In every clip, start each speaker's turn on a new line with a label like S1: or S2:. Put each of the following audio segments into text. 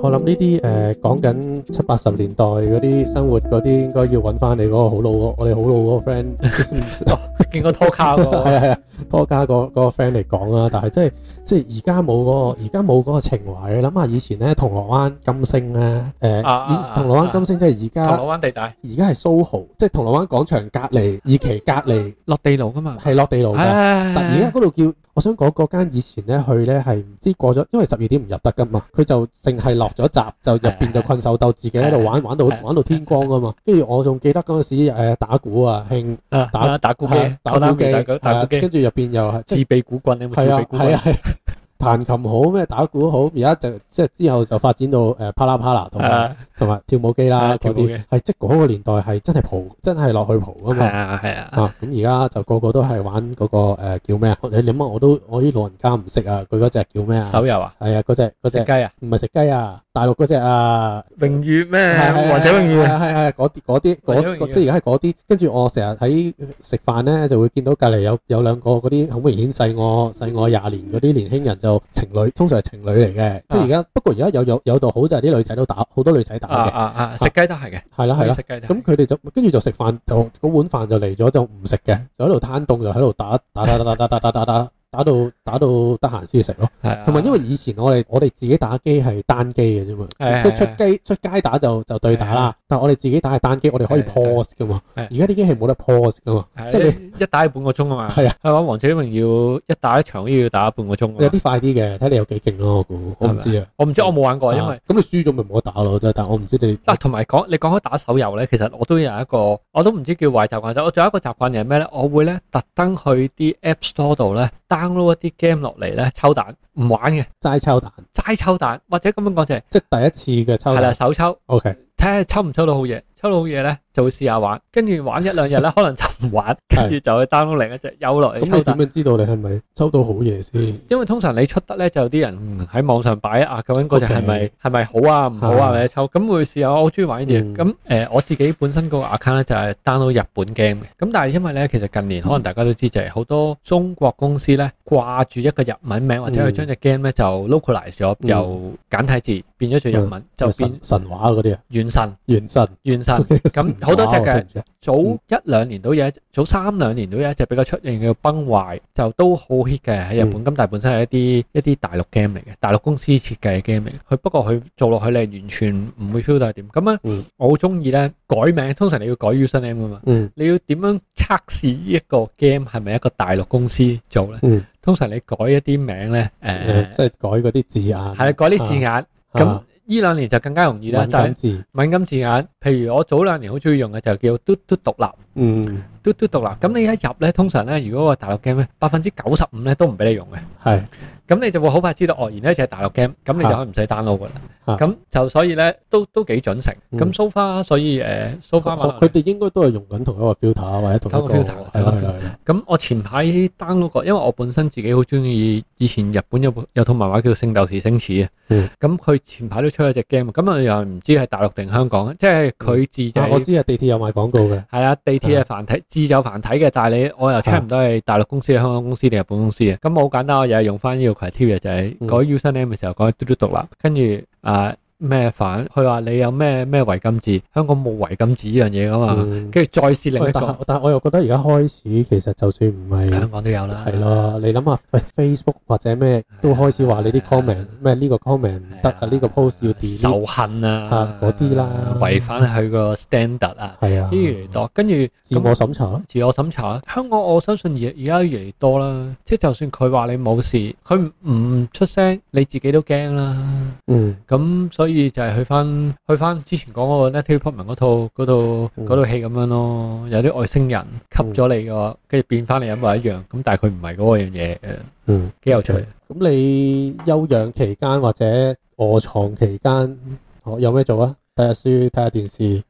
S1: 我諗呢啲誒講緊七八十年代嗰啲生活嗰啲，應該要揾翻你嗰個好老嗰我哋好老嗰個 friend，
S2: 見過拖 卡喎。
S1: 係啊係啊，多加個嗰個 friend 嚟講啦。但係即係即係而家冇嗰個而家冇嗰個情懷。啊你諗下以前咧銅鑼灣金星咧，誒、呃
S2: 啊啊啊
S1: 以銅鑼灣金星即係而
S2: 銅
S1: 家
S2: 鑼灣地帶
S1: 而家係 SOHO，即係銅鑼灣廣場隔離二期隔離
S3: 落地牢噶嘛。
S1: 係落地牢
S2: 啊
S1: 㗎。啊
S3: 但
S1: 但而家嗰度叫，我想講嗰間以前咧去咧係唔知過咗，因為十二點唔入得噶嘛，佢就淨係落咗閘，就入邊就困獸鬥，自己喺度玩玩到
S2: 係係
S1: 玩到天光啊嘛。跟住我仲記得嗰陣時誒打鼓啊，興
S2: 啊
S1: 打
S2: 啊打鼓機
S1: 係啊，打
S2: 打
S1: 鼓
S2: 鼓
S1: 機
S2: 機，打鼓
S1: 係
S2: 打
S1: 啊
S2: 鼓機
S1: 跟，住入邊又係
S2: 自
S1: 即
S2: 備鼓棍你有冇自
S1: 係啊
S2: 備鼓
S1: 係
S2: 棍
S1: 啊？係啊。彈琴好咩？打鼓好，而家就即係之後就發展到誒啪啦啪啦同埋
S2: 啊
S1: 同埋跳舞機啦
S2: 啊
S1: 嗰
S2: 跳舞機
S1: 啲，係即係嗰個年代係真係蒲，真係落去蒲啊
S2: 係
S1: 嘛。
S2: 啊係啊，
S1: 啊，咁而家就個個都係玩嗰、個、呃、叫咩啊？你諗下，我都我啲老人家唔識啊，佢嗰只叫咩啊？
S2: 手遊啊，
S1: 係啊，嗰只嗰
S2: 食
S1: 只
S2: 雞啊，
S1: 唔係食雞啊，大陸嗰只啊，
S2: 榮譽咩
S1: 係
S2: 王者榮
S1: 係啊
S2: 譽
S1: 係係係嗰啲嗰啲
S2: 或者榮
S1: 嗰
S2: 譽
S1: 嗰即係而家係嗰啲。跟住我成日喺食飯咧，就會見到隔離有有兩個嗰啲好明顯細我細我廿年嗰啲年輕人就情侶，通常係情侶嚟嘅。即係而家不過而家有有有度好就係啲女仔都打，好多女仔打
S2: 啊
S1: 嘅，
S2: 啊啊，食雞都係嘅，
S1: 係啦係啦。
S2: 食雞都
S1: 咁佢哋就跟住就食飯，就嗰碗飯就嚟咗就唔食嘅，就喺度攤凍，就喺度打打打打打打打打打打到打到得閒先食咯。
S2: 係啊
S1: 同埋因為以前我哋我哋自己打機係單機嘅啫嘛
S2: 係，
S1: 即
S2: 係
S1: 係出機出街打就就對打啦。但係我哋自己打係單機，我哋可以
S2: 係
S1: pause 噶嘛。
S2: 係
S1: 而家啲機係冇得 pause 噶嘛，
S2: 係啊
S1: 即係
S2: 一一打要半個鐘啊嘛，
S1: 係啊，
S2: 係嘛？王者榮耀一打一場都要打半個鐘啊嘛
S1: 有啲快啲嘅，睇你有幾勁咯。我估我唔知啊，
S2: 我唔知我冇玩過，哦因為
S1: 啊咁你輸咗咪冇得打咯，真係。但係我唔知你
S2: 嗱，同埋講你講開打手遊咧，其實我都有一個，我都唔知叫壞習慣，就我仲有一個習慣嘅係咩咧？我會咧特登去啲 App Store 度咧 download 一啲 game 落嚟咧抽蛋，唔玩嘅，
S1: 齋抽蛋，
S2: 齋抽蛋，或者咁樣講就係
S1: 即係第一次嘅抽
S2: 係啦
S1: 蛋。
S2: 手抽，
S1: O K，
S2: 睇下抽唔抽到好嘢，抽到好嘢咧就會試下玩，跟住玩一兩 日咧可能就唔玩，跟住就去 download 另一隻有落
S1: 咁你
S2: 嚟抽
S1: 點
S2: 蛋。
S1: 樣知道你係咪抽到好嘢先？
S2: 因為通常你出得咧，就有啲人嗯喺網上擺啊，究竟嗰隻係咪
S1: OK
S2: 係咪好啊，唔好
S1: 係
S2: 啊，或者抽咁會試下。我好中意玩呢啲嘢。
S1: 嗯
S2: 咁誒、呃我自己本身嗰個 account 咧就係 download 日本 game 嘅。咁但係因為咧，其實近年可能大家都知就係好多中國公司咧掛住一個日文名，或者佢將只 game 咧就 localize 咗，
S1: 嗯
S2: 由簡體字變咗做日文，就變
S1: 神神話嗰啲啊，
S2: 原神
S1: 元神。哦
S2: 原 神。咁好多隻嘅。早一兩年都有一，早三兩年都有一隻比較出名嘅崩壞，就都好 hit 嘅喺日本。咁但係本身係一啲一啲大陸 game 嚟嘅，大陸公司設計嘅 game 嚟嘅。佢不過佢做落去你係完全唔會 feel 到係點。咁咧，
S1: 嗯
S2: 我好中意咧改名，通常你要改 username 噶嘛。
S1: 嗯
S2: 你要點樣測試呢一個 game 係咪一個大陸公司做咧？
S1: 嗯，
S2: 通常你改一啲名咧，
S1: 誒，
S2: 誒
S1: 即係改嗰啲字眼，啊
S2: 係啦改啲字眼。咁呢兩年就更加容易啦，
S1: 敏
S2: 就係
S1: 感字，
S2: 敏感字眼。譬如我早兩年好中意用嘅就叫嘟嘟獨立。
S1: 嗯，
S2: 嘟嘟獨立，咁你一入咧，通常咧，如果個大陸 game 咧，百分之九十五咧都唔俾你用嘅，
S1: 係
S2: 咁你就會好快知道哦，原來呢只係大陸 game，咁你就可以唔使 download 噶啦。
S1: 啊
S2: 咁就所以咧，都都幾準成。
S1: 嗯
S2: 咁 so far，所以誒，so far 玩落
S1: 佢
S2: 嚟
S1: 哋應該都係用緊同一個 filter 啊或者同一個係啦係啦，
S2: 咁我前排 download 過，因為我本身自己好中意以前日本有部有套漫畫叫《聖鬥士星矢》啊
S1: 嗯，
S2: 咁佢前排都出咗只 game，咁啊又唔知係大陸定香港，啊即係佢自
S1: 啊，我
S2: 製
S1: 知啊，地鐵有賣廣告嘅，
S2: 係啦，啊地
S1: 啊
S2: 鐵係繁體字就繁體嘅，但係你我又 check 唔到係大陸公司、香港公司定日本公司嘅。咁我好簡單，我又係用翻呢個 criteria 就係
S1: 嗯
S2: 改 username 嘅時候改嘟嘟獨立，跟住啊咩反，佢話你有咩咩違禁字，香港冇違禁字呢樣嘢噶嘛，
S1: 嗯，
S2: 啊跟住再試另一
S1: 但
S2: 個，
S1: 係但係我又覺得而家開始其實就算唔係
S2: 香。港都有啦，
S1: 係咯，你諗下喂 Facebook 或者咩
S2: 啊
S1: 都開始話你啲 comment 咩呢個 comment 唔得啊，呢個 post 要 delete
S2: 仇恨啊
S1: 啊嗰啲啦
S2: 違反佢個 standard 啊，
S1: 係啊
S2: 呢，啲越嚟越多，跟住
S1: 自我審查咯，
S2: 自我審查。香港我相信而而家越嚟越多啦，即係就算佢話你冇事，佢唔唔出聲，你自己都驚啦。
S1: 嗯
S2: 咁所以就係去翻去翻之前講嗰個 Natalie Portman 嗰套嗰套
S1: 嗯
S2: 嗰套戲咁樣咯，有啲外星人吸咗你個，跟住變翻你一模一樣，咁但係佢唔係嗰樣嘢，誒
S1: 嗯。
S2: 幾有趣。
S1: 咁你休養期間或者卧床期間，哦有咩做啊？睇下書，睇下電視，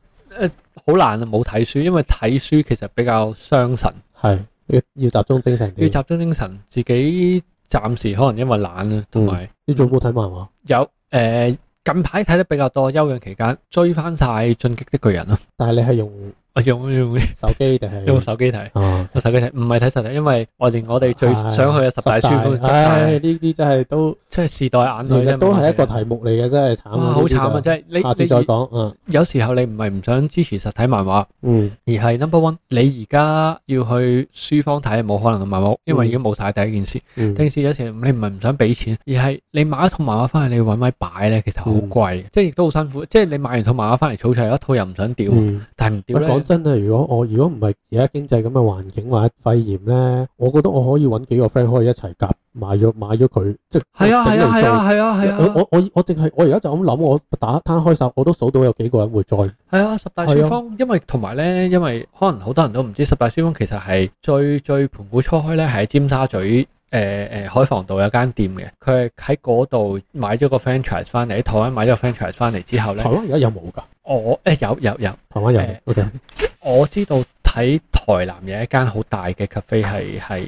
S2: 好難啊，冇睇書，因為睇書其實比較傷神。
S1: 係要要集中精神
S2: 要
S1: 啲。
S2: 集中精神，自己暫時可能因為懶啊，同埋
S1: 你仲有冇睇漫畫？
S2: 有呃誒、近排睇得比較多，休養期間追翻晒《進擊的巨人》咯。
S1: 但係你係用
S2: 誒、 我用用
S1: 手機定係
S2: 用手機睇，
S1: 啊
S2: 用手機睇，唔係睇實體，因為我連我哋最
S1: 係
S2: 想去嘅十大書款
S1: 十
S2: 執
S1: 大唉呢
S2: 晒，
S1: 啲真係都
S2: 即係時代眼
S1: 其
S2: 淚啫
S1: 實都係一個
S2: 嘛啊
S1: 題目嚟嘅，真係慘
S2: 哇，好慘啊！
S1: 真
S2: 真係你
S1: 下次
S2: 你
S1: 再講啊，
S2: 有時候你唔係唔想支持實體漫畫，
S1: 嗯
S2: 而係 number one，你而家要去書坊睇冇可能嘅漫畫，因為
S1: 嗯
S2: 已經冇晒第一件事。
S1: 嗯
S2: 第二件事有時你唔係唔想俾錢，而係你買一套漫畫翻去，你要揾位擺咧，其實好貴嘅，即係亦都好辛苦。即係你買完套漫畫翻嚟，儲齊有一套又唔想掉，
S1: 嗯。
S2: 但係唔掉
S1: 喂，
S2: 咧。
S1: 講真啊，如果我如果唔係而家經濟咁嘅環境或者肺炎咧，我覺得我可以揾幾個 friend 可以一齊夾買咗買咗佢，即係
S2: 係啊係啊係啊係啊係
S1: 我
S2: 啊
S1: 我我我淨係我而家就咁諗，我打攤開手，我都數到有幾個人會再
S2: 係啊！十大書坊，因為同埋咧，因為可能好多人都唔知十大書坊其實係最最盤古初開咧，係喺尖沙咀。誒誒、呃海防道有間店嘅，佢係喺嗰度買咗個 franchise 翻嚟，喺台灣買咗個 franchise 翻嚟之後咧
S1: 台，灣而家有冇㗎？
S2: 我誒、呃有有有，
S1: 台灣有冇
S2: 誒
S1: ，OK，
S2: 我知道睇台南有一間好大嘅 cafe 係係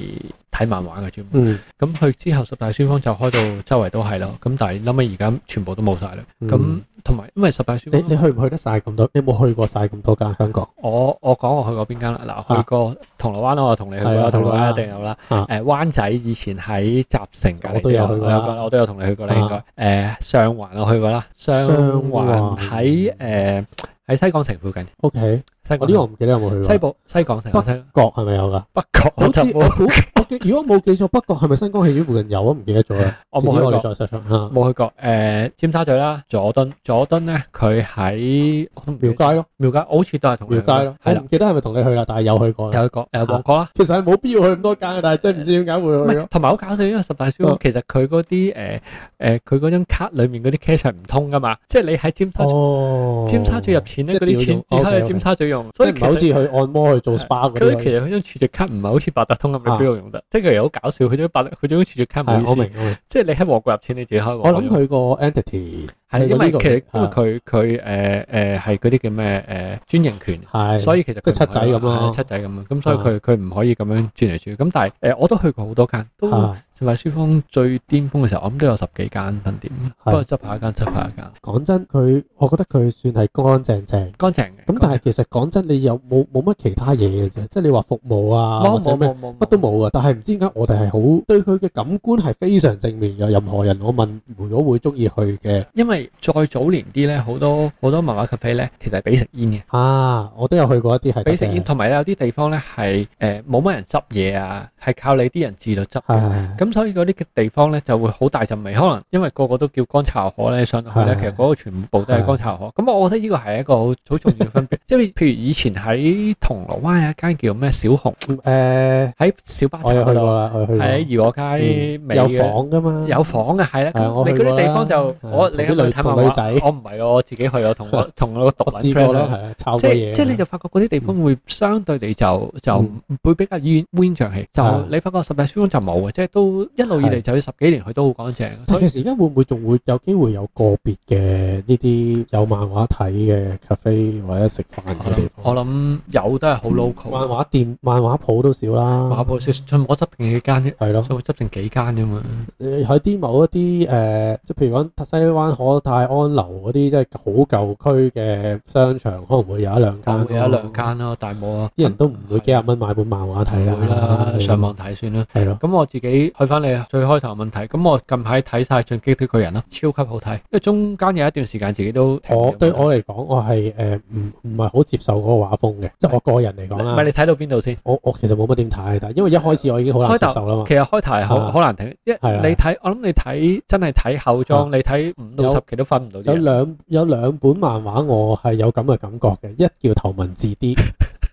S2: 睇漫畫嘅專門，
S1: 嗯，
S2: 咁佢之後十大書坊就開到周圍都係咯，咁但係諗起而家全部都冇晒啦，
S1: 嗯
S2: 咁同埋因為十大書
S1: 你
S2: 坊
S1: 你去唔去得晒咁多？你有冇去過晒咁多間香港？
S2: 我我講我去過邊間啦，嗱
S1: 啊
S2: 去過銅鑼灣啦，我同你去過
S1: 係
S2: 啦，
S1: 啊
S2: 銅
S1: 銅
S2: 鑼
S1: 鑼
S2: 灣
S1: 灣
S2: 一定有啦。
S1: 啊
S2: 誒灣仔以前喺集成隔離
S1: 我都有去過啦
S2: 有個我都有同你去過啦，應
S1: 啊
S2: 該誒上環我去過啦，上
S1: 上
S2: 環
S1: 環
S2: 喺誒喺西港城附近，
S1: O K，
S2: 西
S1: 我哦呢
S2: 港
S1: 個
S2: 城
S1: 唔記得有冇去過。
S2: 西部西港城
S1: 北
S2: 西
S1: 角係咪有㗎？
S2: 北角我
S1: 好似
S2: 就
S1: 我
S2: 冇
S1: 估，我記如果冇記錯，北角係咪新光戲院附近有啊？唔記得咗啦。
S2: 我冇
S1: 遲啲
S2: 去
S1: 我哋
S2: 過
S1: 再 search 下
S2: 冇去過誒尖沙咀啦，佐敦佐敦咧佢喺我都唔記
S1: 廟
S2: 得
S1: 街咯，
S2: 廟街，我好似都係同你
S1: 廟
S2: 去過
S1: 街咯。我
S2: 係啦
S1: 唔，記得係咪同你去啦，但係有去過啦。
S2: 有去過誒旺角啦。
S1: 其實係冇必要去咁多間嘅，但係真係唔知點解
S2: 唔
S1: 會去
S2: 係
S1: 咯。
S2: 同埋好搞笑，因為十大書
S1: 嗯
S2: 坊其實佢嗰啲誒誒，佢嗰張卡裡面嗰啲 cash 係唔通噶嘛，即係你喺尖沙咀
S1: 哦
S2: 尖沙咀入錢咧，
S1: 一
S2: 嗰
S1: 定要
S2: 啲錢只
S1: 用
S2: 可以喺
S1: OK，OK
S2: 尖沙咀用，
S1: 即
S2: 所
S1: 係
S2: 以
S1: 唔
S2: 其
S1: 係好似
S2: 實
S1: 去按摩去做 SPA 嗰
S2: 佢其
S1: 啲。啊
S2: 實佢張儲值卡唔係好似八達通咁樣俾我用得，即係佢又好搞笑，佢張八佢張儲值卡唔好
S1: 係
S2: 意
S1: 我
S2: 思，
S1: 明我明。
S2: 即係你喺旺角入錢，你自己開旺
S1: 我
S2: 角
S1: 諗
S2: 用。
S1: 佢個 entity
S2: 係因為
S1: 呢個
S2: 其實因為
S1: 啊
S2: 佢佢誒誒係嗰啲叫咩誒專營權。
S1: 係，
S2: 所
S1: 以
S2: 以其實
S1: 即
S2: 佢
S1: 係七仔咁咯
S2: 係七仔咁啊，咁所以佢佢唔可以咁樣轉嚟轉。咁但係誒、呃我都去過好多間，都
S1: 啊
S2: 同埋書坊最巔峰嘅時候，我諗都有十幾間分店，不過執下一間執下一間，
S1: 講真，佢我覺得佢算係乾乾淨淨。
S2: 乾淨嘅。
S1: 咁但係其實講真，你有冇冇乜其他嘢嘅啫？即係你話服務啊，或
S2: 冇
S1: 者
S2: 冇
S1: 咩
S2: 冇冇
S1: 乜都。冇啊！但係唔知點解我哋係好對佢嘅感官係非常正面嘅。任何人我問，如果會中意去嘅
S2: 因為再早年啲咧，好多好多漫畫 cafe 咧，其實係俾食煙嘅，
S1: 啊，我都有去過一啲係
S2: 俾食
S1: 得嘅
S2: 煙，同埋有啲地方咧係誒冇乜人執嘢啊，係靠你啲人自律執
S1: 係
S2: 嘅。
S1: 係係
S2: 咁所以嗰啲嘅地方咧就會好大陣味，可能因為個個都叫乾炒河咧，上到去咧
S1: 係
S2: 其實嗰個全部都係乾炒河。咁我覺得呢個係一個好好重要嘅分別，即係譬如以前喺銅鑼灣有一間叫咩小紅，
S1: 嗯誒，
S2: 喺小巴
S1: 我
S2: 站
S1: 有去
S2: 嗰
S1: 過
S2: 度，
S1: 啦，我有去過。嗯
S2: 喺怡和街尾
S1: 有
S2: 嘅
S1: 房噶嘛？
S2: 有房嘅係啦。
S1: 係啊我
S2: 咁你
S1: 去
S2: 嗰
S1: 過
S2: 啲地方就
S1: 啦係
S2: 我你
S1: 同
S2: 去
S1: 啲女
S2: 睇漫
S1: 同女仔
S2: 畫，我唔係喎，我自己去，我同我同我個
S1: 我
S2: 獨
S1: 試
S2: 立
S1: 過
S2: friend
S1: 啦，
S2: 啦。
S1: 係啊，抄
S2: 即
S1: 過
S2: 係
S1: 嘢。
S2: 即係你就發覺嗰啲地方會相對地就就
S1: 嗯
S2: 會比較冤冤象氣，就
S1: 啊
S2: 你發覺十大書坊就冇嘅，即係都一路以嚟
S1: 係
S2: 就要十幾年佢都好乾淨，
S1: 但
S2: 所以
S1: 其 實而家會唔會仲會有機會有個別嘅呢啲有漫畫睇嘅 cafe 或者食飯嘅地
S2: 我
S1: 方？
S2: 諗有都係好
S1: 漫
S2: local。
S1: 畫店、漫畫鋪都少
S2: 馬
S1: 啦，
S2: 布少信我執剩幾間啫，
S1: 係咯。
S2: 信我執剩幾間啫嘛。
S1: 誒喺啲某一啲誒，呃即係譬如講西灣河泰安樓嗰啲，即係好舊區嘅商場，可能會有一兩間咯。
S2: 我會有一兩間咯，但係冇啊。
S1: 啲人都唔會幾廿蚊買本漫畫睇
S2: 唔會啦，
S1: 啦。啊
S2: 上網睇算啦。
S1: 係咯，
S2: 咁我自己去翻你最開頭嘅問題，咁我近排睇晒《進擊的巨人》啦，超級好睇。因為中間有一段時間自己都停咗
S1: 我對我嚟講，我係誒唔唔係好接受嗰個畫風嘅，即係我個人嚟講
S2: 唔係
S1: 啦。
S2: 你睇到邊度先？
S1: 我我其實冇乜點睇，但係因為一開始我已經好難接受啦嘛。
S2: 其實開頭係好
S1: 啊
S2: 好難睇，一
S1: 係啊
S2: 你睇我諗你睇真係睇後裝，你睇五到
S1: 有
S2: 十期都分唔到
S1: 有
S2: 啲嘢。啊
S1: 兩有兩本漫畫我係有咁嘅感覺嘅，一叫頭文字 D，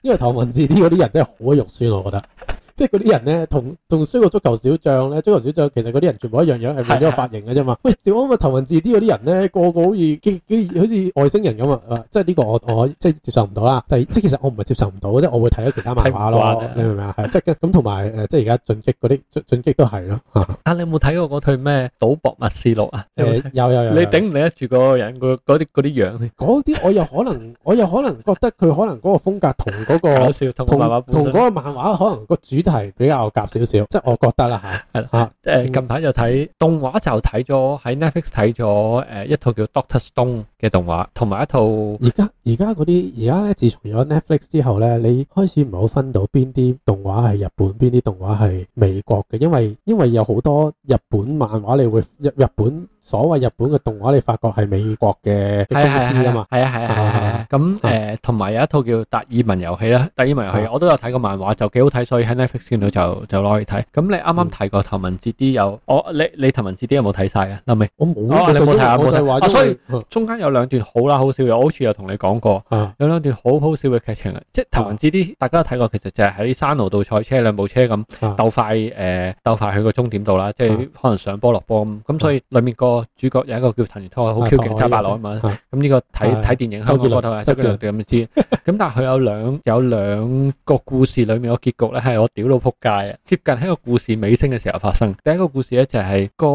S1: 因為 頭文字 D 嗰啲人真係好鬼肉酸，我覺得。 即係嗰啲人咧，同仲衰過足球小將咧。足球小將其實嗰啲人全部一樣樣，係換咗個髮型嘅啫嘛。 喂，小安嘅頭文字 D 嗰啲人咧，個個好似幾幾好似外星人咁啊！啊即係呢個我我即係接受唔到啦。但係即係其實我唔係接受唔到，即係我會睇咗其他漫畫
S2: 睇唔慣
S1: 咯
S2: 啊。
S1: 你明唔明啊？係即係咁同埋呃誒，即係而家進擊嗰啲進進擊都係咯。嚇
S2: 啊，你有冇睇過嗰套咩《賭博密事錄》啊？你有冇
S1: 誒
S2: 睇
S1: 有有有有。
S2: 你頂唔頂得住嗰個人嗰嗰啲嗰啲樣先？
S1: 嗰啲我又可能， 我又可能覺得佢可能嗰個風格同嗰、
S2: 搞
S1: 個
S2: 笑，同個
S1: 同
S2: 漫畫
S1: 同
S2: 本
S1: 嗰
S2: 身。
S1: 個漫畫可能個主題比較夾少少，即係我覺得啦嚇。
S2: 即係近排就睇動畫就睇咗喺 Netflix 睇咗誒一套叫《Doctor Stone》嘅動畫，同埋一套
S1: 而家而家嗰啲而家咧，自從有 Netflix 之後咧，你開始唔係好分到邊啲動畫係日本，邊啲動畫係美國嘅，因為因為有好多日本漫畫，你會日日本所謂日本嘅動畫，你發覺係美國嘅嘅公司啊嘛，，
S2: 係啊係啊係啊係啊。咁誒，同埋有一套叫《達爾文遊戲》啦，《達爾文遊戲
S1: 啊》
S2: 我都有睇過漫畫，就幾好睇，所以喺 Netflix 見到就就攞嚟睇。咁你啱啱提過頭文字 D 有，我你你頭文字 D 有冇睇晒啊？後尾
S1: 我冇
S2: 哦
S1: 啊，
S2: 你冇睇啊
S1: 我就係
S2: 冇睇
S1: 話
S2: 啊所以
S1: 因為
S2: 中間有兩段好啦好笑嘅，我好似有同你講過。
S1: 啊
S2: 有兩段好好笑嘅劇情啊！即係頭文字 D，大家都睇過，其實就係喺山路度賽車兩部車咁
S1: 啊
S2: 鬥快誒、呃、鬥快去個終點度啦，即係可能上波落波咁。咁所以裡面個主角有一個叫藤原拓海，好
S1: 啊
S2: Q 嘅
S1: 拓海
S2: 揸白佬啊嘛。
S1: 啊
S2: 咁呢個睇
S1: 係
S2: 睇電影香港嗰套係周
S1: 周杰
S2: 杰倫
S1: 倫
S2: 咁知。咁但係佢有兩有兩個故事裡面嘅結局咧，係我屌到撲街啊！接近喺個故事尾聲嘅時候發生。第一個故事咧就係個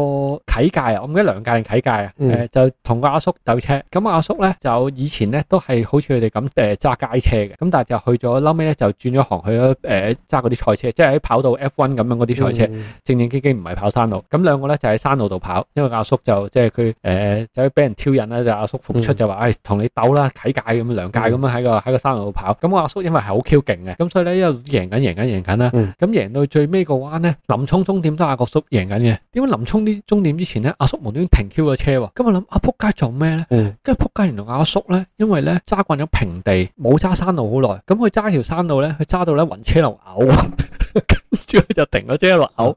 S2: 啟介啊，我唔記得梁介定啟介啊，誒、
S1: 嗯
S2: 就同個阿叔鬥車。咁阿叔咧就以前咧都係好似佢哋咁誒揸街車嘅，咁但係就去咗後尾咧就轉咗行去咗誒揸嗰啲賽車，即係喺跑道 F1 咁樣嗰啲賽車。
S1: 嗯
S2: 正正經經唔係跑山路，咁兩個咧就喺山路度跑，因為阿叔就即係佢誒就俾人挑釁啦，就阿叔復出
S1: 嗯
S2: 就話：，誒同你鬥啦，啟界咁樣兩界咁樣喺個喺個山路度跑。咁我阿叔因為係好 Q 勁嘅，咁所以咧一路贏緊贏緊贏緊啦。
S1: 嗯
S2: 咁贏到最尾個彎咧，臨衝終點都係阿叔贏緊嘅。點解臨衝啲終點之前咧，阿叔無端端停 Q 個車喎？咁我諗阿仆街做咩咧？
S1: 嗯
S2: 跟住仆街原來阿叔咧，因為咧揸慣咗平地，冇揸山路好耐，咁佢揸條山路咧，佢揸到咧暈車流嘔，跟住佢就停咗車落嘔，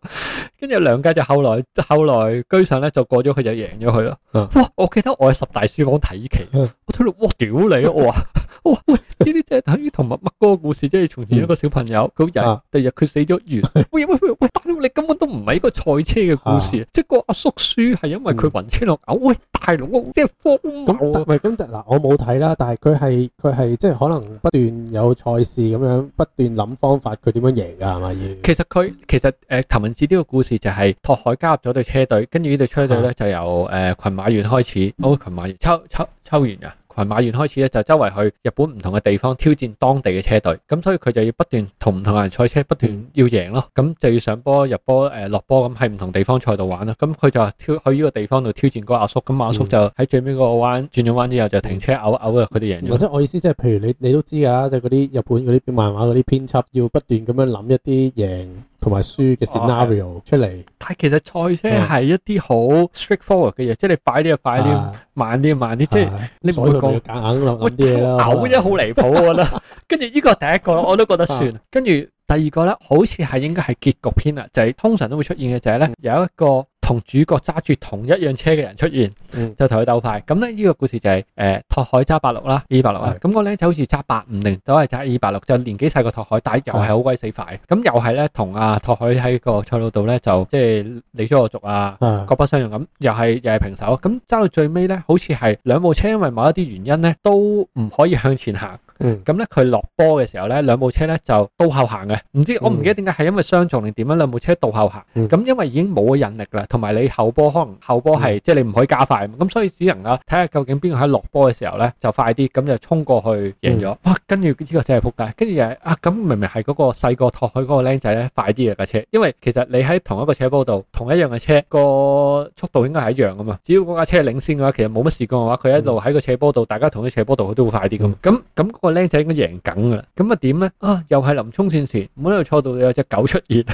S2: 跟住梁家就後來後來居上咧就過咗佢就贏咗佢咯。
S1: 嗯
S2: 哇！我記得我喺十大書房睇呢期，
S1: 嗯
S2: 我睇到哇屌你啊！我話 哇喂，呢啲真係等於同麥麥哥嘅故事，即係從前有一個小朋友，佢人
S1: 啊
S2: 第日佢死咗完，喂喂喂喂，大佬你根本都唔係一個賽車嘅故事，即係個阿叔輸係因為佢暈車落嘔，喂大佬即係啊荒
S1: 咁
S2: 謬
S1: 但
S2: 啊！
S1: 喂咁但嗱，我冇睇啦，但係佢係佢係即係可能不斷有賽事咁樣，不斷諗方法佢點樣贏㗎係咪要？
S2: 其實佢其實誒滕文志呢個故事就係拓海加入咗隊車隊，跟住呢隊車隊咧就由誒群馬縣開始，哦群馬縣秋秋秋縣啊，群馬縣開始咧就周圍去日本唔同嘅地方挑戰當地嘅車隊，咁所以佢就要不斷同唔同嘅人賽車，不斷要贏咯，咁就要上波入波誒落波咁喺唔同地方賽道玩啦，咁佢就挑去呢個地方度挑戰嗰個阿叔，咁阿叔
S1: 嗯
S2: 就喺最尾嗰個彎轉咗彎之後就停車嘔嘔啊，佢哋贏咗
S1: 或。者我意思即係，譬如你你都知㗎啦，即係嗰啲日本嗰啲漫畫嗰啲編輯，要不斷咁樣諗一啲贏同埋輸
S2: 哦
S1: 嘅 scenario 出嚟。
S2: 但係其實賽車係一啲好 straightforward 嘅嘢，即係你快啲就快啲，
S1: 嗯啊
S2: 慢啲就慢啲，即係
S1: 啊
S2: 你唔
S1: 所
S2: 會
S1: 以佢咪要
S2: 講
S1: 夾硬諗
S2: 喂
S1: 諗啲嘢啦。
S2: 嘔啫，好離譜啊我 覺得。跟住呢個第一個我都覺得
S1: 啊
S2: 算，跟住第二個咧，好似係應該係結局篇啊啦，就係通常都會出現嘅就係咧有一個同主角揸住同一樣車嘅人出現。
S1: 嗯
S2: 就同佢鬥快。咁咧呢個故事就係、誒拓海揸八六啦，E 八六啦。咁個僆仔好似揸八五定都係揸 E 八六，就年紀細過拓海，但係又係好鬼死快。咁又係咧同阿拓海喺個賽路度咧就即係你追我逐啊。
S1: 啊
S2: 各不相容咁，又係又係平手。咁揸到最尾咧，好似係兩部車因為某一啲原因咧，都唔可以向前行。
S1: 嗯
S2: 咁咧佢落波嘅時候咧，兩部車咧就倒後行嘅，唔知我唔記得點解係因為相撞定點樣，兩部車倒後行。
S1: 嗯
S2: 咁因為已經冇咗引力啦，同埋你後波可能後波係即係你唔可以加快，咁所以只能啊睇下究竟邊個喺落波嘅時候咧就快啲，咁就衝過去贏咗。哇！跟住呢個真係撲街，跟住又係啊咁明明係嗰個細個托佢嗰個僆仔咧快啲嘅啊架車，因為其實你喺同一個斜坡度，同一樣嘅車個速度應該係一樣噶嘛。只要嗰架車係領先嘅話，其實冇乜事幹嘅話，佢一路喺個斜坡度，大家同啲斜坡度，佢都會快啲咁。咁咁嗰個僆仔應該贏緊噶啦。咁啊點咧？啊又係臨衝線前，唔好喺度錯到有隻狗出現，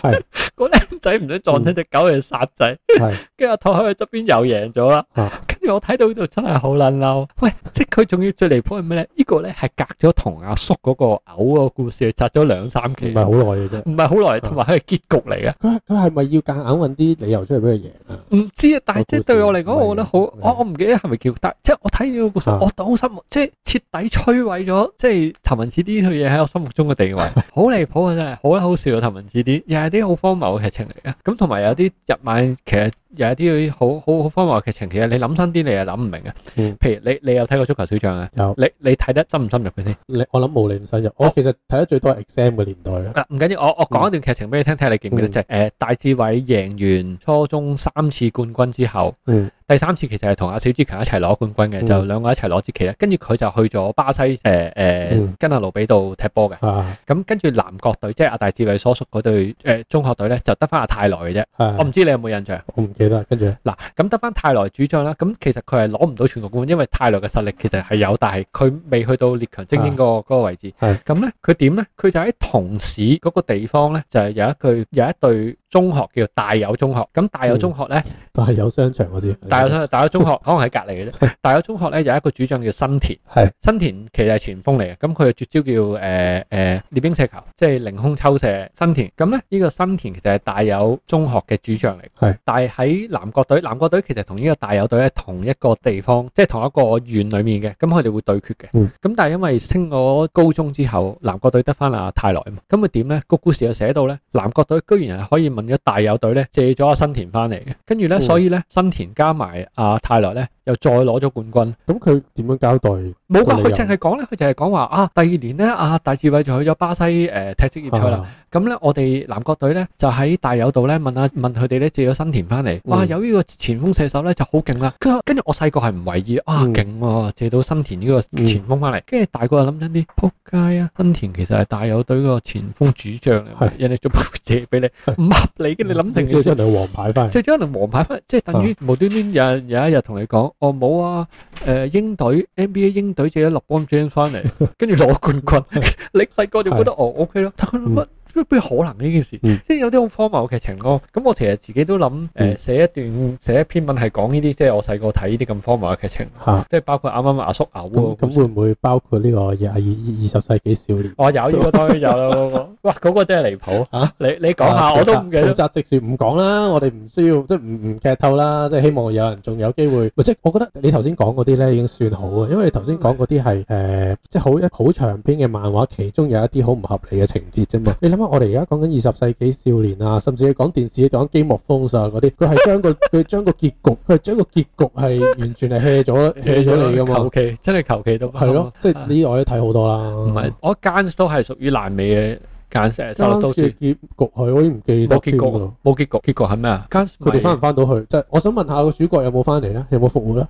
S1: 係
S2: 個僆仔唔想撞親隻狗去殺仔。
S1: 嗯係
S2: 跟住阿拓喺佢側邊又贏咗啦
S1: 啊。
S2: 跟住我睇到呢度真係好撚嬲，喂！即係佢仲要最離譜係咩咧？呢個咧係隔咗同阿叔嗰個嘔個故事，隔咗兩三期
S1: 唔係，好啊耐嘅啫？
S2: 唔係好耐，同埋佢係結局嚟嘅。
S1: 佢佢係咪要夾硬揾啲理由出嚟俾佢贏啊？
S2: 唔知啊，但係即係對我嚟講，
S1: 個故事
S2: 我覺得好，
S1: 係
S2: 我我唔記得係咪叫得，即係我睇呢個故事，
S1: 啊
S2: 我好失望，即係徹底摧毀咗，即係頭文字 D 呢套嘢喺我心目中嘅地 位，好離譜啊！真係好啦，好笑啊！頭文字 D 又係啲好荒謬嘅劇情嚟嘅，啊咁同埋有啲日漫其實又係啲好好好荒謬嘅劇情，其實你諗深啲你又諗唔明嘅。
S1: 嗯
S2: 譬如你你有睇過足球小將啊？
S1: 有
S2: 你你睇得深唔深入佢先？
S1: 你我諗冇你咁深入。我其實睇得最多係 exam 嘅年代啊。
S2: 啊，唔緊要，我我講一段劇情俾你聽，睇下你記唔記得
S1: 嗯
S2: 就係誒戴志偉贏完初中三次冠軍之後，
S1: 嗯
S2: 第三次其實係同阿小志強一齊攞冠軍嘅，
S1: 嗯
S2: 就兩個一齊攞支旗啦。跟住佢就去咗巴西誒誒、呃
S1: 嗯
S2: 跟阿盧比度踢波嘅。
S1: 啊，
S2: 咁跟住南國隊即係阿大志偉所屬嗰隊誒中學隊咧，就得翻阿泰來嘅啫。我
S1: 係
S2: 唔知你有冇印象？
S1: 我唔記得，跟住
S2: 嗱，咁得翻泰來主將啦。咁其實佢係攞唔到全國冠軍，因為泰來嘅實力其實係有，但係佢未去到列強精英嗰個嗰個位置。
S1: 係
S2: 咁咧，佢點咧？佢就喺同市嗰個地方咧，就係有一句有一隊中學叫大有中學。咁大有中學咧，
S1: 但係有商場嗰啲，
S2: 大有大有中學可能喺隔離嘅啫。大有中學咧有一個主將叫新田。
S1: 係
S2: 新田其實係前鋒嚟嘅，咁佢嘅絕招叫誒誒、呃呃、獵鷹射球，即係凌空抽射新田。咁咧呢個新田其實係大有中學嘅主將嚟嘅，
S1: 係
S2: 但係喺南國隊，南國隊其實同呢個大有隊咧同一個地方，即係同一個縣裡面嘅，咁佢哋會對決嘅。咁、
S1: 嗯
S2: 但係因為升咗高中之後，南國隊得翻阿泰來啊嘛，咁佢點咧？個故事就寫到咧，南國隊居然係可以問咗大有隊咧借咗阿新田翻嚟嘅，跟住咧
S1: 嗯
S2: 所以咧新田加埋阿泰來咧又再攞咗冠軍。
S1: 咁佢點樣交代？
S2: 冇噶，
S1: 個理由
S2: 佢淨係講咧，佢就係講話啊，第二年咧，啊大志偉就去咗巴西誒、呃踢職業賽啦。
S1: 啊
S2: 咁咧、我哋南國隊咧就喺大有度咧問下問佢哋咧借咗新田翻嚟，哇！
S1: 嗯
S2: 有呢個前鋒射手咧就好勁啦。跟住跟住我細個係唔為意啊，
S1: 嗯
S2: 勁喎、借到新田呢個前鋒翻嚟。跟住大個就諗緊啲撲街啊，新田其實係大有隊個前鋒主將嚟
S1: 係
S2: 嘅，人哋做乜 會借俾你唔合理嘅，你諗定
S1: 即係
S2: 嘅
S1: 將兩黃牌翻嚟，
S2: 即係將嚟黃牌翻，即係等於無端端有人有一日同你講，我冇啊，誒、英隊 NBA 英隊借咗立邦 James 翻嚟，跟住攞冠軍。你細個就覺得哦 OK 咯，但佢諗乜？咩可能呢件事？
S1: 嗯
S2: 即係有啲好荒謬嘅劇情咯。咁我其實自己都諗，誒、
S1: 嗯
S2: 寫一段寫一篇文係講呢啲，即係我細個睇呢啲咁荒謬嘅劇情，
S1: 嚇
S2: 即係包括啱啱阿叔嘔
S1: 咁
S2: 喎。
S1: 咁會唔會包括呢個廿二二十世紀少年？
S2: 我有呢個當然有啦，嗰個哇嗰個真係離譜
S1: 啊！
S2: 你你講下
S1: 啊
S2: 我都唔記
S1: 負
S2: 得。
S1: 責直樹唔講啦，我哋唔需要即係唔唔劇透啦，即係希望有人仲有機會。即係我覺得你頭先講嗰啲咧已經算好啊，因為你頭先講嗰啲係誒即係好一好長篇嘅漫畫，其中有一啲好唔合理嘅情節啫嘛。你諗下，我哋而家講緊二十世紀少年啊，甚至係講電視講《機幕風上》嗰啲，佢係 將個佢將個結局，佢係將個結局係完全係 hea 咗 hea 咗你噶嘛
S2: 求。其真係求其都
S1: 係咯，即係呢我都睇好多啦。
S2: 唔係，我間都係屬於爛尾嘅間石，收落
S1: 啱
S2: 都
S1: 啱
S2: 知
S1: 嘅結局係我已經唔記得
S2: 冇結
S1: 添喎
S2: 局，冇結局，結局係咩啊？間
S1: 佢哋翻唔翻到去？即係我想問下個主角有冇翻嚟咧？有冇復活咧？復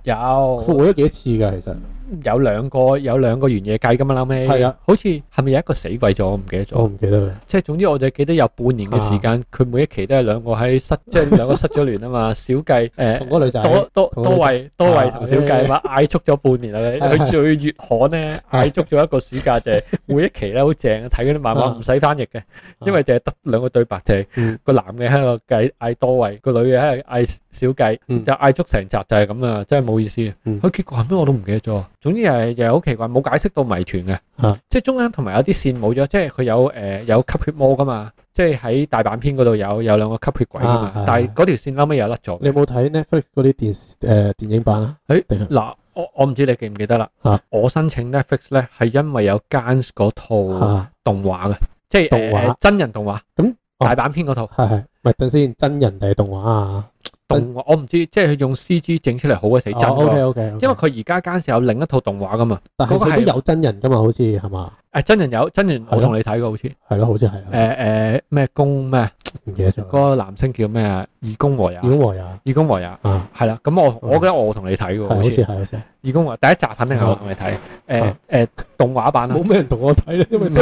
S2: 有
S1: 活咗幾多次㗎？其實
S2: 有兩個有兩個原野計噶嘛，後尾
S1: 係啊，
S2: 好似係咪有一個死鬼咗？我唔記得
S1: 我
S2: 咗。
S1: 唔記得啦。
S2: 即係總之我就記得有半年嘅時間，佢每一期都係兩個喺失，即係兩個失咗聯啊嘛。小計
S1: 同
S2: 誒。
S1: 嗰個女仔
S2: 多
S1: 同
S2: 多
S1: 佢
S2: 多位多位同小計
S1: 啊
S2: 嘛，嗌足咗半年啦，
S1: 係
S2: 佢最月刊咧嗌足咗一個暑假就係每一期咧好正，睇嗰啲漫畫
S1: 啊
S2: 唔使翻譯嘅，因為就係得兩個對白就係
S1: 嗯
S2: 個男嘅喺度計嗌多位，個女嘅喺度嗌小計，
S1: 嗯
S2: 就嗌足成集就係咁啊，真係冇意思。佢、
S1: 嗯
S2: 結果係咩我都唔記得咗。總之又係又係好奇怪，冇解釋到謎團嘅，
S1: 啊
S2: 即係中間同埋有啲線冇咗，即係佢有誒、呃有吸血魔噶嘛，即係喺大阪篇嗰度有有兩個吸血鬼噶嘛，
S1: 啊係
S2: 但係嗰條線後尾又甩咗。
S1: 你有冇睇 Netflix 嗰啲電視誒電影版啊？
S2: 誒
S1: 定係
S2: 嗱，我我唔知你記唔記得啦。
S1: 啊
S2: 我申請 Netflix 咧係因為有 Gans 嗰套
S1: 嚇
S2: 動畫嘅，即係
S1: 啊動畫
S2: 誒真人動畫。
S1: 咁哦
S2: 大阪篇嗰套
S1: 係係，咪等先真人定係動畫啊？
S2: 動畫，我唔知，即係佢用 CG 整出嚟好鬼死真
S1: 哦
S2: 喎。
S1: OK，OK，OK
S2: 因為佢而家 Gans 有另一套動畫噶嘛。
S1: 但係
S2: 嗰個
S1: 佢都
S2: 係
S1: 有真人㗎嘛？好似係嘛？
S2: 誒真人有真人，
S1: 係咯
S2: 我同你睇過好似。
S1: 係咯，好似係啊
S2: 誒誒咩宮咩啊
S1: 唔記得咗啦。
S2: 嗰個男星叫咩啊？二宮和也
S1: 已。經和也啊，
S2: 二宮和也
S1: 係
S2: 係啦，咁我我記得我同你睇嘅喎，
S1: 好
S2: 好
S1: 似
S2: 似
S1: 嗯係好似係，
S2: 二宮和第一集肯定係我同你睇。誒
S1: 啊
S2: 誒動畫版啊。
S1: 冇咩人同我睇咧， 因為都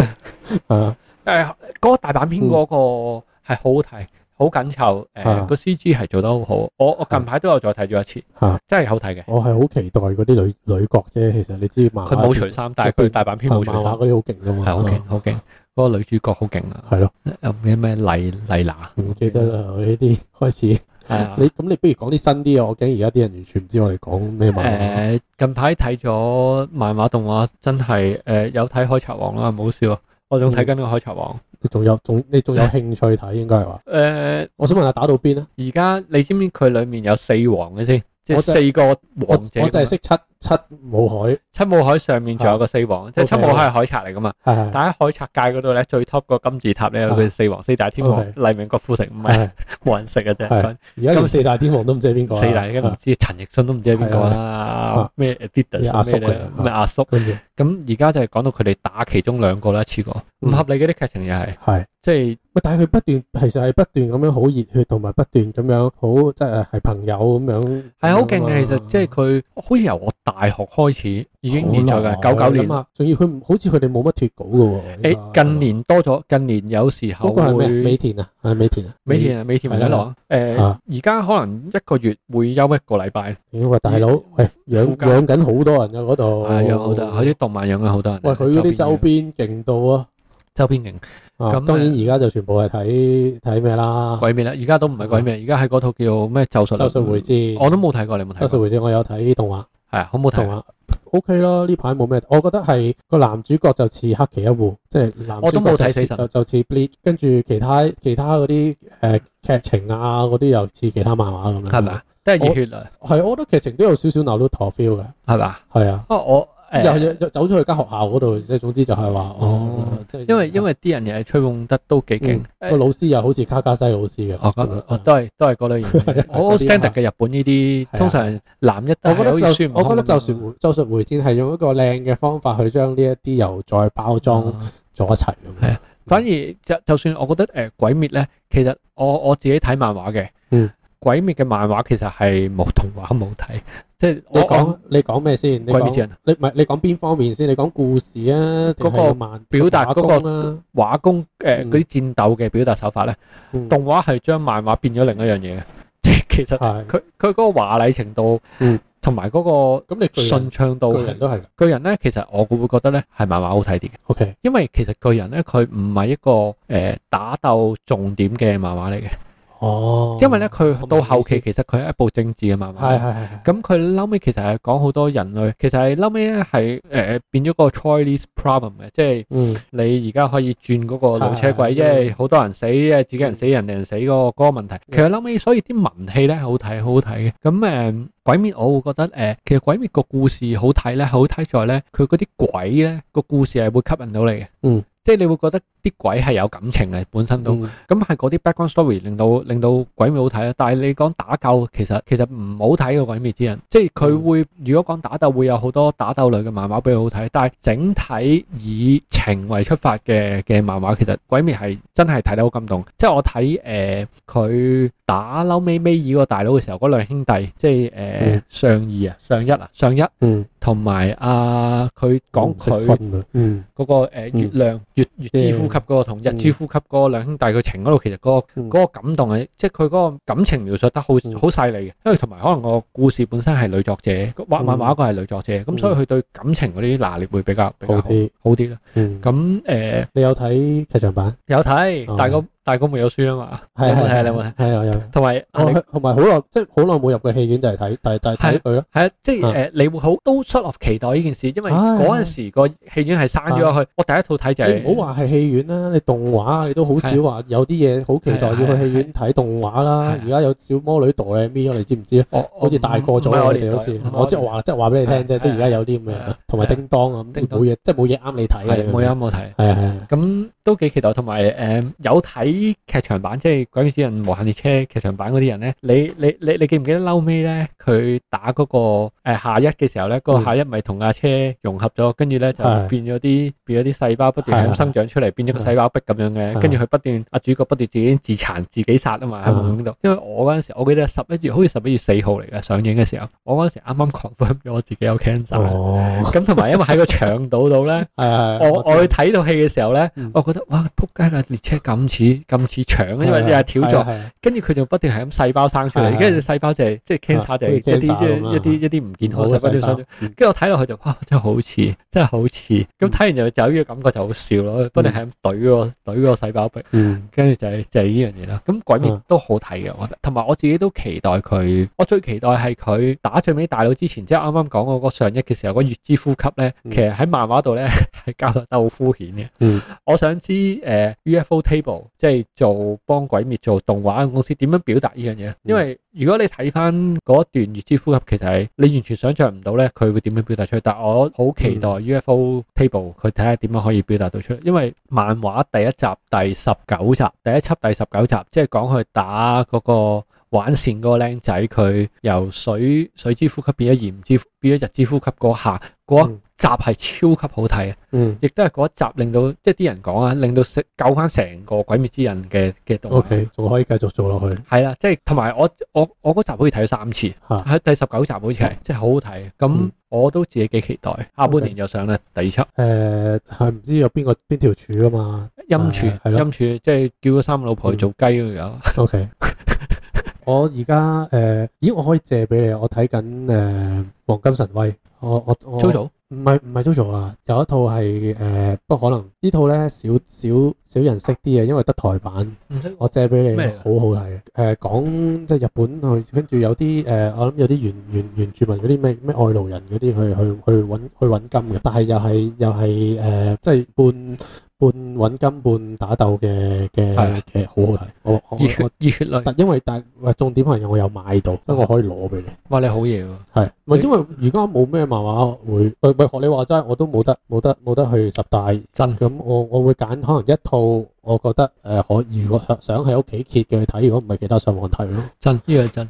S1: 啊
S2: 誒嗰、個大阪篇嗰個係好好睇，好緊湊，誒
S1: 嗯啊
S2: 個 C G 係做得好好。我我近排都有再睇咗一次，
S1: 啊
S2: 真係好睇嘅。
S1: 我係好期待嗰啲女女角啫。其實你知漫畫
S2: 佢冇除衫，但係佢大阪篇冇除
S1: 漫
S2: 衫
S1: 畫，嗰啲好勁㗎嘛。啊
S2: 係好勁好勁。嗰個女主角好勁啊！
S1: 係咯，
S2: 有咩咩麗麗娜
S1: 唔記得啦。我呢啲開始。
S2: 係啊
S1: 你咁你不如講啲新啲啊！我驚而家啲人完全唔知我哋講咩漫
S2: 誒近排睇咗漫畫動畫，真係誒有睇《海賊王》啦，唔好笑啊！我仲睇緊個《海賊王
S1: 畫，仲有仲你仲有興趣睇應該係 話。》
S2: 誒，
S1: 我想問下打到邊啊？
S2: 而家你知唔知佢裡面有四王嘅先？即係
S1: 我就
S2: 四個
S1: 我我
S2: 王者
S1: 就
S2: 㗎嘛。
S1: 係識七七武海，
S2: 七武海上面仲有個四
S1: 啊
S2: 王，即係七武海係海賊嚟噶嘛。
S1: 係係
S2: 但喺海賊界嗰度咧，最 top 個金字塔咧有佢四王四大天王，
S1: OK
S2: 黎明、郭富城，唔係
S1: 係
S2: 冇人食嘅啫。
S1: 係
S2: 講
S1: 而家連四大天王都唔知係邊個啊
S2: 四大已經唔知，陳奕迅都唔知係邊個啦，咩
S1: 係啊
S2: Adidas
S1: 阿叔嚟
S2: 咩咧
S1: 啊
S2: 咩阿叔。
S1: 跟住
S2: 咁而家就係講到佢哋打其中兩個啦，一次過
S1: 嗯
S2: 唔合理嗰啲劇情又係，
S1: 係。
S2: 即係
S1: 喂但係佢不斷，其實係不斷咁樣好熱血，同埋不斷咁樣好即係係朋友咁樣。啊
S2: 係好勁
S1: 嗯
S2: 啊嘅，其實即係佢好似由我大學開始已經連載
S1: 好
S2: 嘅，九
S1: 耐
S2: 九年
S1: 啊。嘛，仲要佢唔好似佢哋冇乜脱稿嘅喎。
S2: 誒近年多咗，近年有時候
S1: 嗰個係咩？美
S2: 會
S1: 田啊，係美田啊，
S2: 美田啊，美田咪喺度啊。誒
S1: 啊
S2: 而家可能一個月會休一個禮拜，
S1: 屌喂，大佬，
S2: 嗯
S1: 喂，養
S2: 附近
S1: 養緊好多人啊，嗰度。
S2: 係有好多人，佢啲動漫養啊緊好多人。
S1: 喂，佢嗰啲周邊勁到啊！
S2: 周邊型
S1: 啊
S2: 咁，
S1: 當然而家就全部係睇睇咩啦，
S2: 鬼滅啦，而家都唔係鬼滅，而家喺嗰套叫咩咒術。
S1: 周
S2: 啊
S1: 術回戰。
S2: 我都冇睇過，你有冇睇
S1: 周術
S2: 過？
S1: 回戰，我有睇動畫，
S2: 係啊好冇睇
S1: 動
S2: 啊。
S1: 畫 OK 啦。呢排冇咩，我覺得係個男主角就似黑崎一護，即係男主角
S2: 我都冇
S1: 就
S2: 睇
S1: 似
S2: 死神
S1: 就就似 Bleach，跟住其他其他嗰啲誒劇情啊嗰啲又似其他漫畫咁樣，
S2: 係咪啊？都係熱血啊，
S1: 係，我覺得劇情都有少少 Naruto feel 嘅，
S2: 係咪啊？
S1: 係啊。
S2: 啊我誒
S1: 又又又走咗去間學校嗰度，即係總之就係話哦
S2: 哦，
S1: 即係
S2: 因為因為啲人又係吹捧得都幾勁。
S1: 個
S2: 誒
S1: 老師又好似卡卡西嗯老師嘅，
S2: 哦，
S1: 咁
S2: 咁
S1: 樣
S2: 哦都係都係嗰類型嘅。我好
S1: 嗰啲係
S2: standard 嘅日本呢啲
S1: 係啊，
S2: 通常男一都
S1: 我
S2: 係
S1: 覺得
S2: 好似
S1: 就
S2: 孫悟
S1: 我
S2: 空
S1: 覺得就
S2: 咁
S1: 算就算回戰係用一個靚嘅方法去將呢一啲又再包裝
S2: 樣啊
S1: 咗一齊咁樣。
S2: 反而就就算我覺得誒、呃鬼滅咧，其實我我自己睇漫畫嘅，
S1: 嗯，
S2: 鬼滅嘅漫畫其實係冇動畫冇睇，即係
S1: 你
S2: 我
S1: 講
S2: 我
S1: 你講咩先？你
S2: 鬼滅
S1: 講
S2: 之刃
S1: 你唔係你講邊方面先？你講故事啊，定
S2: 嗰個
S1: 係漫
S2: 表達嗰個
S1: 畫工啊？
S2: 畫工誒
S1: 嗯
S2: 嗰啲戰鬥嘅表達手法咧，
S1: 嗯
S2: 動畫係將漫畫變咗另一樣嘢嘅， 即係其實
S1: 係
S2: 佢佢嗰個華麗程度
S1: 嗯，
S2: 同埋嗰
S1: 咁你
S2: 個
S1: 巨
S2: 順
S1: 人
S2: 暢度
S1: 巨人
S2: 係，
S1: 都係
S2: 巨人咧其實我會覺得咧係漫畫好睇啲嘅，
S1: OK
S2: 因為其實巨人咧佢唔係一個誒、呃打鬥重點嘅漫畫嚟嘅，
S1: 哦，
S2: 因為咧佢
S1: 我明
S2: 到
S1: 你
S2: 後期
S1: 意
S2: 其實佢係一部政治嘅漫畫。
S1: 係係係係
S2: 咁佢嬲尾其實係講好多人類，其實係嬲尾咧係誒變咗個 choice problem 嘅，即係
S1: 嗯
S2: 你而家可以轉嗰個老車
S1: 係
S2: 軌，因為好多人死，因為自己人死人哋人死嗰個嗰個問題。其實嬲尾所以啲文戲咧好睇，好好睇嘅。咁誒、呃鬼滅我會覺得誒、呃其實鬼滅個故事好睇咧，好睇在咧佢嗰啲鬼咧個故事係會吸引到你嘅。
S1: 嗯。
S2: 即係你會覺得啲鬼係有感情嘅，本身都
S1: 嗯
S2: 咁係嗰啲 background story 令到令到鬼滅好睇啦。啊但係你講打鬥，其實其實唔好睇嘅鬼滅之刃，即係佢會如果講打鬥會有好多打鬥類嘅漫畫俾佢好睇，但係整體以情為出發嘅嘅漫畫，其實鬼滅係真係睇得好感動。即係我睇誒佢打嬲尾尾二個大佬嘅時候，嗰兩兄弟即係誒、呃
S1: 嗯
S2: 上二啊、上一啊、上一
S1: 嗯，
S2: 同埋啊佢講
S1: 唔識
S2: 佢。
S1: 分啊嗯
S2: 嗰個呃
S1: 嗯
S2: 月亮月月之呼吸嗰個同日之呼吸嗰個兩兄弟佢情嗰度，其實嗰個
S1: 嗯
S2: 嗰個感動係，即係佢嗰個感情描述得好
S1: 嗯
S2: 好細膩嘅，因為同埋可能個故事本身係女作者畫漫畫嗰個係女作者，咁所以佢對感情嗰啲拿捏會比較比較
S1: 好
S2: 好
S1: 啲
S2: 好啲啦。
S1: 嗯，
S2: 咁誒
S1: 你有睇劇場版？
S2: 有
S1: 哦
S2: 睇，大個大個未有書啊嘛，你
S1: 係
S2: 有冇
S1: 係
S2: 睇？你有冇睇？
S1: 係啊有。
S2: 同埋啊
S1: 我
S2: 你
S1: 去同埋好耐，即係好耐冇入過戲院就係睇，但係就係睇佢咯。
S2: 係啊，即係
S1: 啊
S2: 誒，你會好都 sort of 期待呢件事，因為
S1: 唉
S2: 嗰陣時個戲院係閂咗落去，我第一套睇就係
S1: 你唔好話係戲院啦，你動畫你都好少話有啲嘢好期待要去戲院睇動畫啦
S2: 係。
S1: 而家有小魔女哆啦咪，你知唔知啊？
S2: 我
S1: 好似大個咗
S2: 唔係
S1: 啊，
S2: 我
S1: 你哋
S2: 年代
S1: 好似
S2: 唔係
S1: 我即係
S2: 年代
S1: 話即係話俾你聽啫，
S2: 係
S1: 即係而家有啲咁
S2: 係
S1: 嘅，同埋
S2: 係
S1: 叮當咁，
S2: 叮當
S1: 冇嘢即係冇嘢啱你睇嘅。
S2: 係冇有冇睇，
S1: 係啊係啊
S2: 咁都幾期待，同埋誒有睇劇場版，即係《鬼滅之刃》無限列車劇場版嗰啲人咧，你你你你記唔記得嬲尾咧？佢打嗰、個、呃、夏一嘅時候咧，個
S1: 嗯
S2: 夏一咪同架車融合咗，跟住咧就
S1: 係
S2: 變咗啲變咗啲細胞不斷
S1: 係係
S2: 咁生長出嚟，變咗個細胞壁咁樣
S1: 係
S2: 嘅，跟住佢不斷阿主角不斷自己自殘自己殺啊嘛喺
S1: 係
S2: 夢度。因為我嗰陣時，我記得十一月好似十一月四號嚟嘅上映嘅時候，我嗰陣時啱啱 confirm 咗我自己有 cancer，
S1: 哦，
S2: 咁同埋因為喺個腸度度咧。
S1: 係啊係啊
S2: 我我去睇套戲嘅時候咧
S1: 嗯，
S2: 我覺得哇，撲街架列車咁似咁似腸，因為又係條
S1: 係啊
S2: 狀，
S1: 係啊
S2: 跟住佢就不斷係咁細胞生出
S1: 係啊
S2: 嚟，跟住細胞就係即係
S1: 啊
S2: cancer 就係
S1: 好似
S2: 一啲
S1: cancer 咁啊
S2: 一啲一啲唔健康嘅細胞
S1: 細
S2: 生
S1: 胞
S2: 出嚟。跟住我睇落去就哇，真係好似，真係好似。
S1: 嗯
S2: 咁睇完就就有呢個感覺就好笑咯，不斷係咁懟個懟個細胞壁，
S1: 嗯
S2: 跟住就係就係呢樣嘢啦。咁鬼
S1: 啊
S2: 滅都好睇嘅，我覺得。同埋我自己都期待佢，我最期待係佢打最尾大佬之前，即係啱啱講嗰個上一嘅時候，嗰月之呼吸咧，
S1: 嗯
S2: 其實喺漫畫度咧係交代得好敷衍嘅。
S1: 嗯
S2: 我想知誒、呃 UFO Table 即係做幫鬼滅做動畫嘅公司點樣表達呢樣
S1: 嗯
S2: 嘢？因為如果你睇翻嗰段《月之呼吸》，其實係你完全想象唔到咧，佢會點樣表達出去。但我好期待
S1: 嗯
S2: UFO Table 佢睇下點樣可以表達到出嚟。因為漫畫第一集第十九集，第一輯第十九集，即係講佢打嗰個玩善嗰個僆仔，佢由水水之呼吸變咗鹽之變咗日之呼吸嗰下，嗰一
S1: 嗯
S2: 集係超級好睇嘅，
S1: 嗯
S2: 亦都係嗰一集令到即係啲人講啊，令到食救翻成個鬼滅之刃嘅嘅動畫。
S1: ，OK，仲可以繼續做落去
S2: 係啦，即係同埋我我我嗰集好似睇咗三次，
S1: 嚇
S2: 喺第十九集好似係，即係好好睇。咁
S1: 嗯
S2: 我都自己幾期待，下半年又上啦第二輯
S1: 誒呃係唔知有邊個邊條柱噶啊嘛
S2: 陰處，
S1: 係咯嗯
S2: 陰處即係叫咗三個老婆去做雞嗰個。
S1: ？OK，我而家誒，咦，我可以借俾你啊，我睇緊誒《黃金神威》，我我我
S2: Jojo
S1: 唔係唔係 JoJo 啊，有一套係誒、呃不過可能呢套咧少少少人識啲嘅，因為得台版。
S2: 唔識
S1: 我借俾你，
S2: 咩嚟㗎
S1: 好好睇嘅。誒、講即係日本去，跟住有啲誒、呃我諗有啲原原原住民嗰啲咩咩愛奴人嗰啲去去去揾去揾金嘅，但係又係又係誒、呃即係半半揾金半打鬥嘅
S2: 係
S1: 嘅嘅，好好睇。我我
S2: 熱血
S1: 我，
S2: 熱血類，
S1: 但因為但喂重點係我有買
S2: 嗯
S1: 到，所以我可以攞俾你。
S2: 哇你好嘢喎！
S1: 係，唔係
S2: 你
S1: 因為而家冇咩漫畫會，喂喂，學你話齋，我都冇得冇得冇得去十大，
S2: 真
S1: 咁我我會揀可能一套，呃我覺得誒可、如果想喺屋企揭嘅去睇，如果唔係其他上網睇咯。
S2: 真呢個係真，